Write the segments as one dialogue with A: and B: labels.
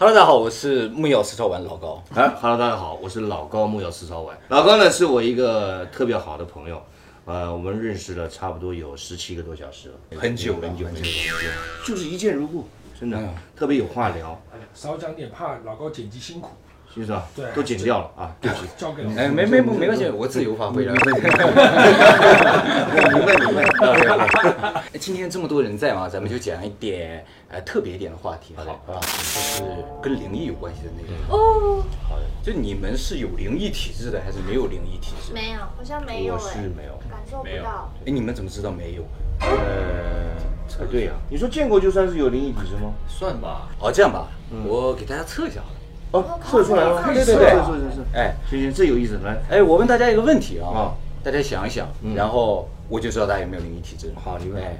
A: Hello，大家好，我是木有石头丸老高。
B: 哎，Hello，大家好，我是老高木有四朝丸。老高呢是我一个特别好的朋友，呃，我们认识了差不多有十七个多小时了，
A: 很久了
B: 很久
A: 很久
B: 很久，嗯就是一见如故，真的、特别有话聊，
C: 少讲点，怕老高剪辑辛苦，
B: 是不是啊？
C: 对
B: 都剪掉了啊，对不起，
C: 交给老
A: 哎，
C: 高。
A: 没没没没关系，我自由发挥的。
B: 明白明白。
A: 哎今天这么多人在嘛，咱们就讲一点呃特别一点的话题，好嗯
B: 的
A: 吧？就是跟灵异有关系的内容。
D: 哦，
A: 就你们是有灵异体质的，还是没有灵异体质？
D: 没有，好像没有
B: 我
D: 哎、
B: 是没有，
D: 感受
A: 没
D: 不
A: 有。
D: 到。
A: 哎，你们怎么知道没有？
B: 呃，才对呀、你说见过就算是有灵异体质吗？
A: 算吧。哦，这样吧，我给大家测一下好了。
B: 哦，测出来了，
D: 看
B: 对对
A: 出
B: 对，
A: 来
B: 测
A: 了
B: 测测测。
A: 哎
B: 行行，这有意思，来，
A: 哎，我问大家一个问题啊
B: 啊，
A: 大家想一想，然后我就知道大家有没有灵异体质。
B: 好你问
A: 哎，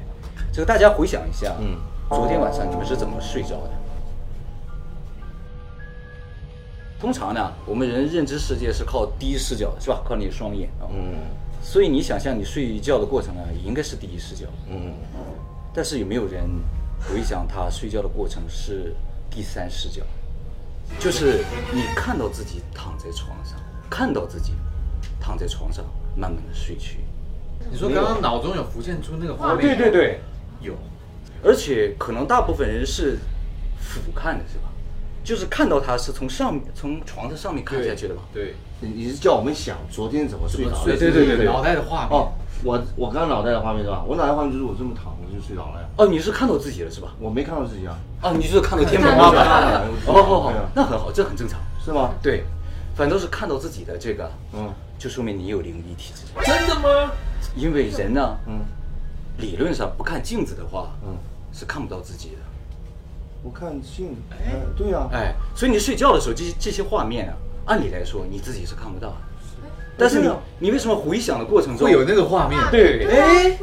A: 这个大家回想一下，嗯
B: 嗯，
A: 昨天晚上你们是怎么睡着的？通常呢，我们人认知世界是靠第一视角的，是吧？靠你的双眼啊。嗯。
B: 嗯
A: 所以你想象你睡觉的过程呢，也应该是第一视角。
B: 嗯，
A: 但是有没有人回想他睡觉的过程是第三视角？就是你看到自己躺在床上，看到自己躺在床上慢慢的睡去。
E: 你说刚刚脑中有浮现出那个画
D: 画
E: 面，
D: 面
A: 对对，
E: 有，
A: 而且可能大部分人是俯瞰的，是吧？就是看到他是从上面从床的上面看下去的吧？
E: 对，
B: 你你是叫我们想昨天怎么睡着的？
E: 对对对对对脑袋的画面
B: 哦，我我刚刚脑袋的画面是吧？我脑袋画面就是我这么躺着就睡着了呀，
A: 哦，你是看到自己了是吧？
B: 我没看到自己啊，
A: 哦，你就是看到天花板了。哦，
B: 看到
A: 好好好
B: 对啊，
A: 那很好，这很正常。
B: 是吗？
A: 对，反倒是看到自己的这个，
B: 嗯
A: 就说明你有灵异体质。
E: 真的吗？
A: 因为人呢，
B: 嗯
A: 理论上不看镜子的话，
B: 嗯，
A: 是看不到自己的。
B: 我看镜，哎，对呀，
A: 哎，所以你睡觉的时候，这些这些画面啊，按理来说你自己是看不到的。但是
B: 对
A: 你
B: 啊
A: 你为什么回想的过程中
E: 会有那个画面，
A: 对，哎，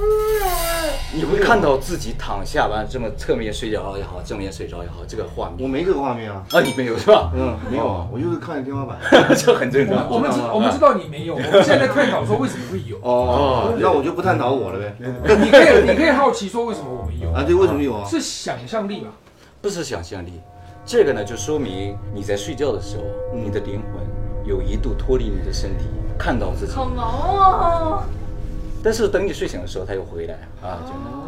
A: 你会看到自己躺下完这么侧面睡着也好，正面睡着也好，这个画
B: 我
A: 面
B: 没这个画面啊，
A: 啊，你没有是吧？
B: 嗯，没有啊，我就是看着天花板。，
A: 这很正常。
C: 我们知我们知道你没有，我们现在探讨说为什么会有
B: 哦，那我就不探讨我了呗。
C: 你可以你可以好奇说为什么我们有，
B: 啊，对，为什么有啊？
C: 嗯是想象力吧？
A: 不是想象力，这个呢就说明你在睡觉的时候，你的灵魂有一度脱离你的身体，看到自己，
D: 好萌哦！
A: 但是等你睡醒的时候，他又回来啊，就那样。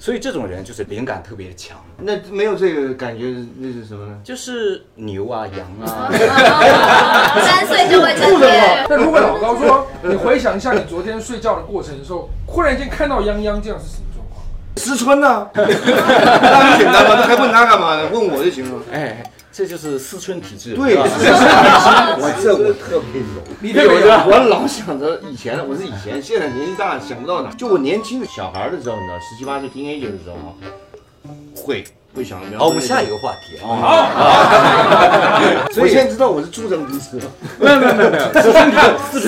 A: 所以这种人就是灵感特别强，
B: 那没有这个感觉，那是什么呢？
A: 就是牛啊、羊啊，
D: 三岁就会成年，
C: 那如果老高说，你回想一下你昨天睡觉的过程的时候，忽然间看到泱泱这样是什么状况？
B: 思春呐，那很简单嘛，那还问他干嘛呢？问我就行了。
A: 哎，这就是思春体质，
B: 对，
A: 是吧
B: 我这我特别有，
C: 你
B: 对
C: 有
B: 我这我老想着以前，我是以前，现在年纪大了想不到哪。就我年轻的小孩的时候，你知道，十七八岁听 A 的时候啊，会会想着。
A: 好，哦我们下一个话题啊。
B: 我现在知道我是出生鼻子了， 没有没有没有，四川鼻，四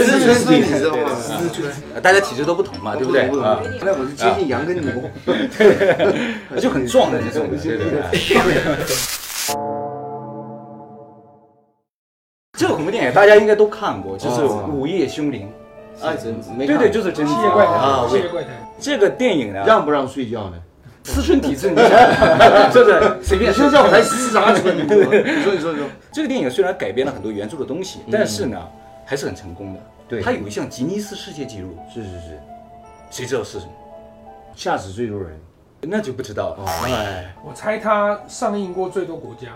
B: 川鼻，你知道吗？四川，
A: 呃大家体质都不同嘛，对不对？啊，
B: 那我是接近羊 跟牛，
A: 那就很壮的那种的，对不对？ 这个恐怖电影大家应该都看过，就是
B: 哦
A: 《午夜凶铃
B: 哎，没》。
A: 对
B: 看
A: 对，就是真
C: 七夜怪谈
A: 啊。
C: 七夜
A: 喂
C: 怪谈，
A: 这个电影呢，
B: 让不让睡觉 呢？
A: 思春体质， 你想，这个随
B: 你
A: 便
B: 说叫我来吃啥春？你说你说你说，
A: 这个电影虽然改编了很多原著的东西，但是呢，还是很成功的。
B: 对
A: 它有一项吉尼斯世界纪录，
B: 是是是，
A: 谁知道是什么？
B: 吓死最多人。
A: 那就不知道
B: 哦
A: 了。哎，
C: 我猜他上映过最多国家，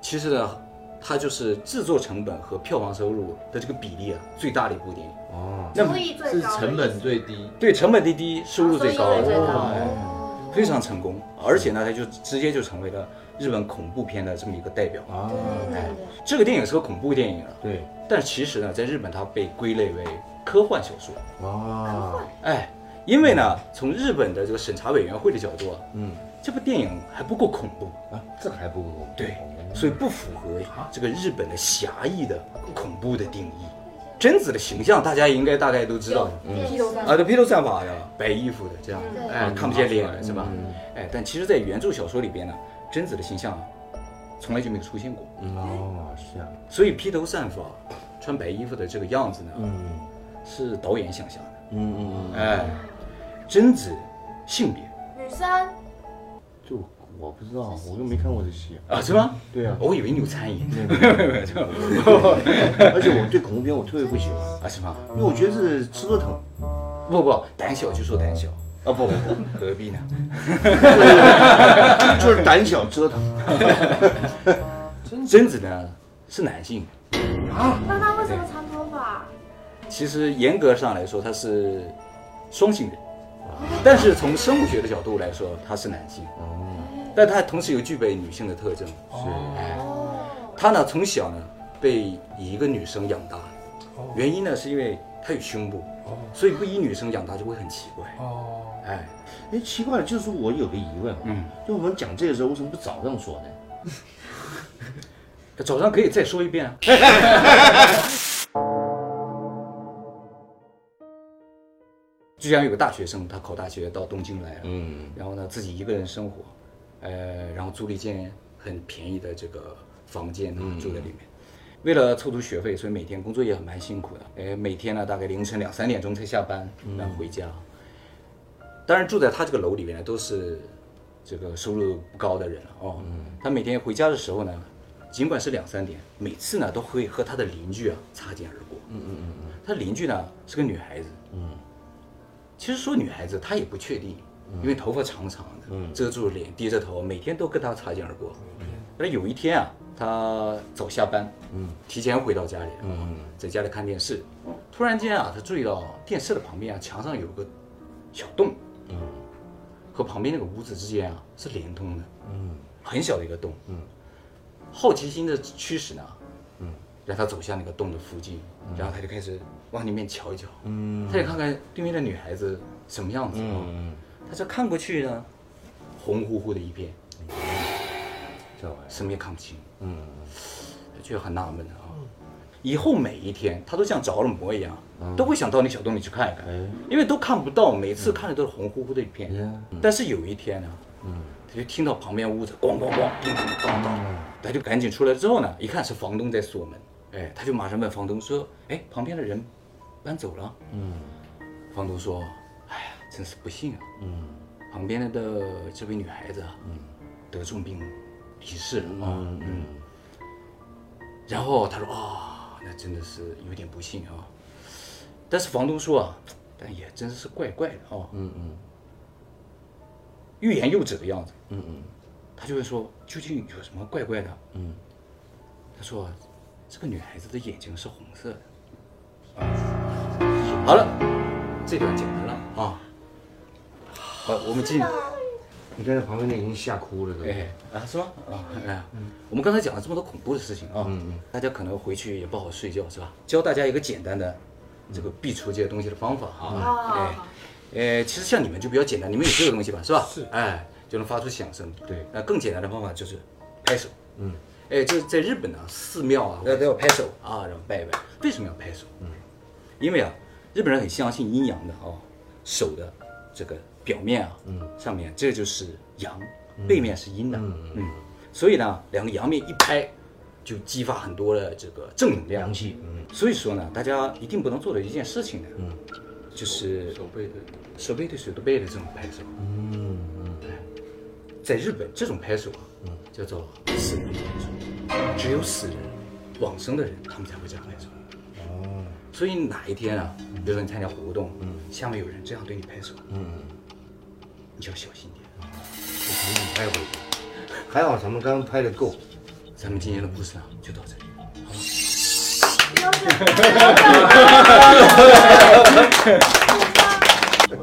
A: 其实呢，它就是制作成本和票房收入的这个比例啊，最大的一部电影。
B: 哦，
D: 厨艺最
E: 是
D: 高的，
E: 成本最低，
A: 对，成本最低，收入最高，
D: 收入最高
A: 哦非常成功。而且呢，它就直接就成为了日本恐怖片的这么一个代表。
B: 啊，
D: 对对对
A: 这个电影是个恐怖电影啊，
B: 对，
A: 但其实呢，在日本它被归类为科幻小说。
B: 啊，
A: 哎，因为呢，从日本的这个审查委员会的角度啊，
B: 嗯，
A: 这部电影还不够恐怖，
B: 啊，这还不够。
A: 对，所以不符合这个日本的狭义的恐怖的定义。贞子的形象大家应该大概都知道，
D: 对，披头
A: 啊，对，披头散发的，白衣服的这样，
D: 对
A: 哎，
E: 嗯
A: 看不见脸的是吧？
B: 嗯
A: 哎，但其实，在原著小说里边呢，贞子的形象啊从来就没有出现过，
B: 哦，是啊，
A: 所以披头散发、穿白衣服的这个样子呢，
B: 嗯
A: 是导演想象的。
B: 嗯嗯，
A: 哎，贞子性别
D: 女生
B: 就我不知道，我又没看过这戏。
A: 啊，是吗？
B: 对啊
A: 我以为你有参与。
B: 而且我对恐怖片我特别不喜欢，
A: 啊，是吗？
B: 因为我觉得是折腾。
A: 不不，胆小就说胆小，
B: 啊不不不，
A: 何必呢？
B: 就是胆小折腾。
A: 贞子呢是男性，
D: 那他为什么长头发？
A: 其实严格上来说他是双性人，
C: 哦
A: 但是从生物学的角度来说他是男性，但他同时又具备女性的特征。
D: 哦，
A: 他呢从小呢被以一个女生养大
C: 哦，
A: 原因呢是因为他有胸部，所以不以女生养大就会很奇怪。
C: 哦，
A: 哎，
B: 哎，奇怪，就是我有个疑问啊，
A: 嗯，
B: 就我们讲这个时候为什么不早上说呢？
A: 早上可以再说一遍啊。居然有个大学生，他考大学到东京来了，
B: 嗯，
A: 然后呢自己一个人生活，呃，然后租了一间很便宜的这个房间，啊住在里面。为了凑足学费，所以每天工作也很蛮辛苦的。哎，每天呢大概凌晨两三点钟才下班，然后回家。当然住在他这个楼里面呢，都是这个收入不高的人了哦。他每天回家的时候呢，尽管是两三点，每次呢都会和他的邻居啊擦肩而过。嗯嗯嗯。他邻居呢是个女孩子。嗯。其实说女孩子，他也不确定，因为头发长长的，遮住脸，低着头，每天都跟他擦肩而过。但是有一天啊，他早下班，嗯，提前回到家里，嗯，在家里看电视，突然间啊，他注意到电视的旁边啊，墙上有个小洞，嗯，和旁边那个屋子之间啊是连通的，嗯，很小的一个洞，嗯，好奇心的驱使呢，嗯，让他走向那个洞的附近，
B: 嗯
A: 然后他就开始往里面瞧一瞧，嗯，他也看看对面的女孩子什么样子
B: 嗯
A: 啊，他这看过去呢，红乎乎的一片，
B: 嗯这玩意儿，
A: 什么也看不清，
B: 嗯，
A: 他觉得很纳闷啊。以后每一天，他都像着了魔一样，都会想到那小洞里去看一看，
B: 嗯哎，
A: 因为都看不到，每次看的都是红乎乎的一片。
B: 嗯
A: 但是有一天呢，他就听到旁边屋子咣咣咣、叮叮当当，
B: 嗯
A: 他就赶紧出来之后呢，一看是房东在锁门，哎，他就马上问房东说：“哎，旁边的人搬走了？”
B: 嗯
A: 房东说：“哎呀，真是不幸啊，
B: 嗯
A: 旁边的这位女孩子啊，得重病离世了啊。
B: 嗯嗯，
A: 然后他说：“啊、那真的是有点不幸啊。”但是房东说啊，但也真是怪怪的啊，
B: 嗯嗯
A: 欲言又止的样子。
B: 嗯嗯
A: 他就会说：“究竟有什么怪怪的
B: 嗯，？”
A: 他说啊：“这个女孩子的眼睛是红色的。”好了，这段讲完了啊。好，我们进。
B: 你看这旁边那已经吓哭了都。
A: 哎啊，是吗？啊，哎呀，我们刚才讲了这么多恐怖的事情啊，
B: 嗯嗯
A: 大家可能回去也不好睡觉，是吧？教大家一个简单的这个避除这些东西的方法啊，哎，呃，其实像你们就比较简单，你们有这个东西吧，是吧？
C: 是
A: 哎，就能发出响声。
B: 对
A: 那更简单的方法就是拍手。
B: 嗯，
A: 哎，就是在日本啊，寺庙啊，大家都要拍手啊，然后拜一拜。为什么要拍手？嗯，因为啊，日本人很相信阴阳的啊，手的这个表面啊，嗯，上面这就是阳，背面是阴的，嗯，所以呢，两个阳面一拍，就激发很多的这个正能量
B: 阳气，嗯
A: 所以说呢，大家一定不能做的一件事情呢，
B: 嗯
A: 就是
E: 手背对，
A: 手背对手背的这种拍手。
B: 嗯
A: 哎在日本，这种拍手啊，叫做死人拍手，只有死人、往生的人，他们才会这样拍手。
B: 嗯，哦，
A: 所以哪一天啊，比如说你参加活动，下面有人这样对你拍手，
B: 嗯，啊
A: 你就要小心点。
B: 赶紧拍回去。还好咱们刚刚拍的够，
A: 咱们今天的故事呢，就到这里。
D: 标准我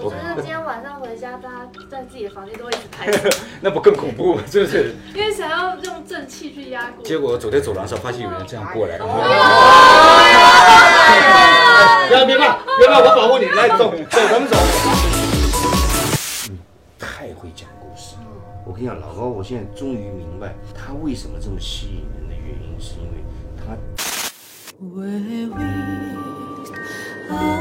D: 觉得今天晚上回家，大家在自己的房间都会一直拍手，
A: 那不更恐 怖吗？是不是？
D: 因为想要用正气去压过。
A: 结果走在走廊上，发现有人这样过
B: 哦
A: 来，
B: 不
A: 哎
B: 要别怕，别怕，我保护你，来走走，咱们走。嗯你太会讲故事了，我跟你讲，老高，我现在终于明白他为什么这么吸引人的原因，是因为他
F: Where we are